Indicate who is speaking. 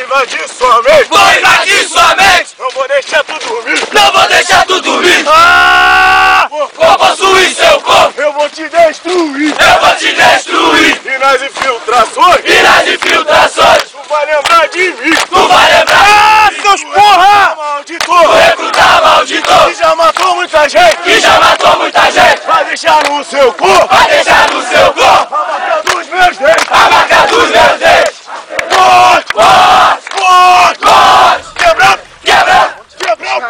Speaker 1: Vou
Speaker 2: sua mente!
Speaker 1: invadir sua mente!
Speaker 2: Não vou deixar tu dormir!
Speaker 1: Não vou deixar tu dormir!
Speaker 2: Ah!
Speaker 1: Vou possuir seu corpo!
Speaker 2: Eu vou te destruir!
Speaker 1: Eu vou te destruir!
Speaker 2: E nas infiltrações,
Speaker 1: E nas infiltrações,
Speaker 2: tu vai lembrar de mim!
Speaker 1: tu vai lembrar!
Speaker 2: Ah, Seus porra! Malditor!
Speaker 1: Recrutar
Speaker 2: Que
Speaker 1: malditor
Speaker 2: já matou muita gente!
Speaker 1: que já matou muita gente!
Speaker 2: Vai deixar no seu corpo!
Speaker 1: Vai deixar no seu corpo!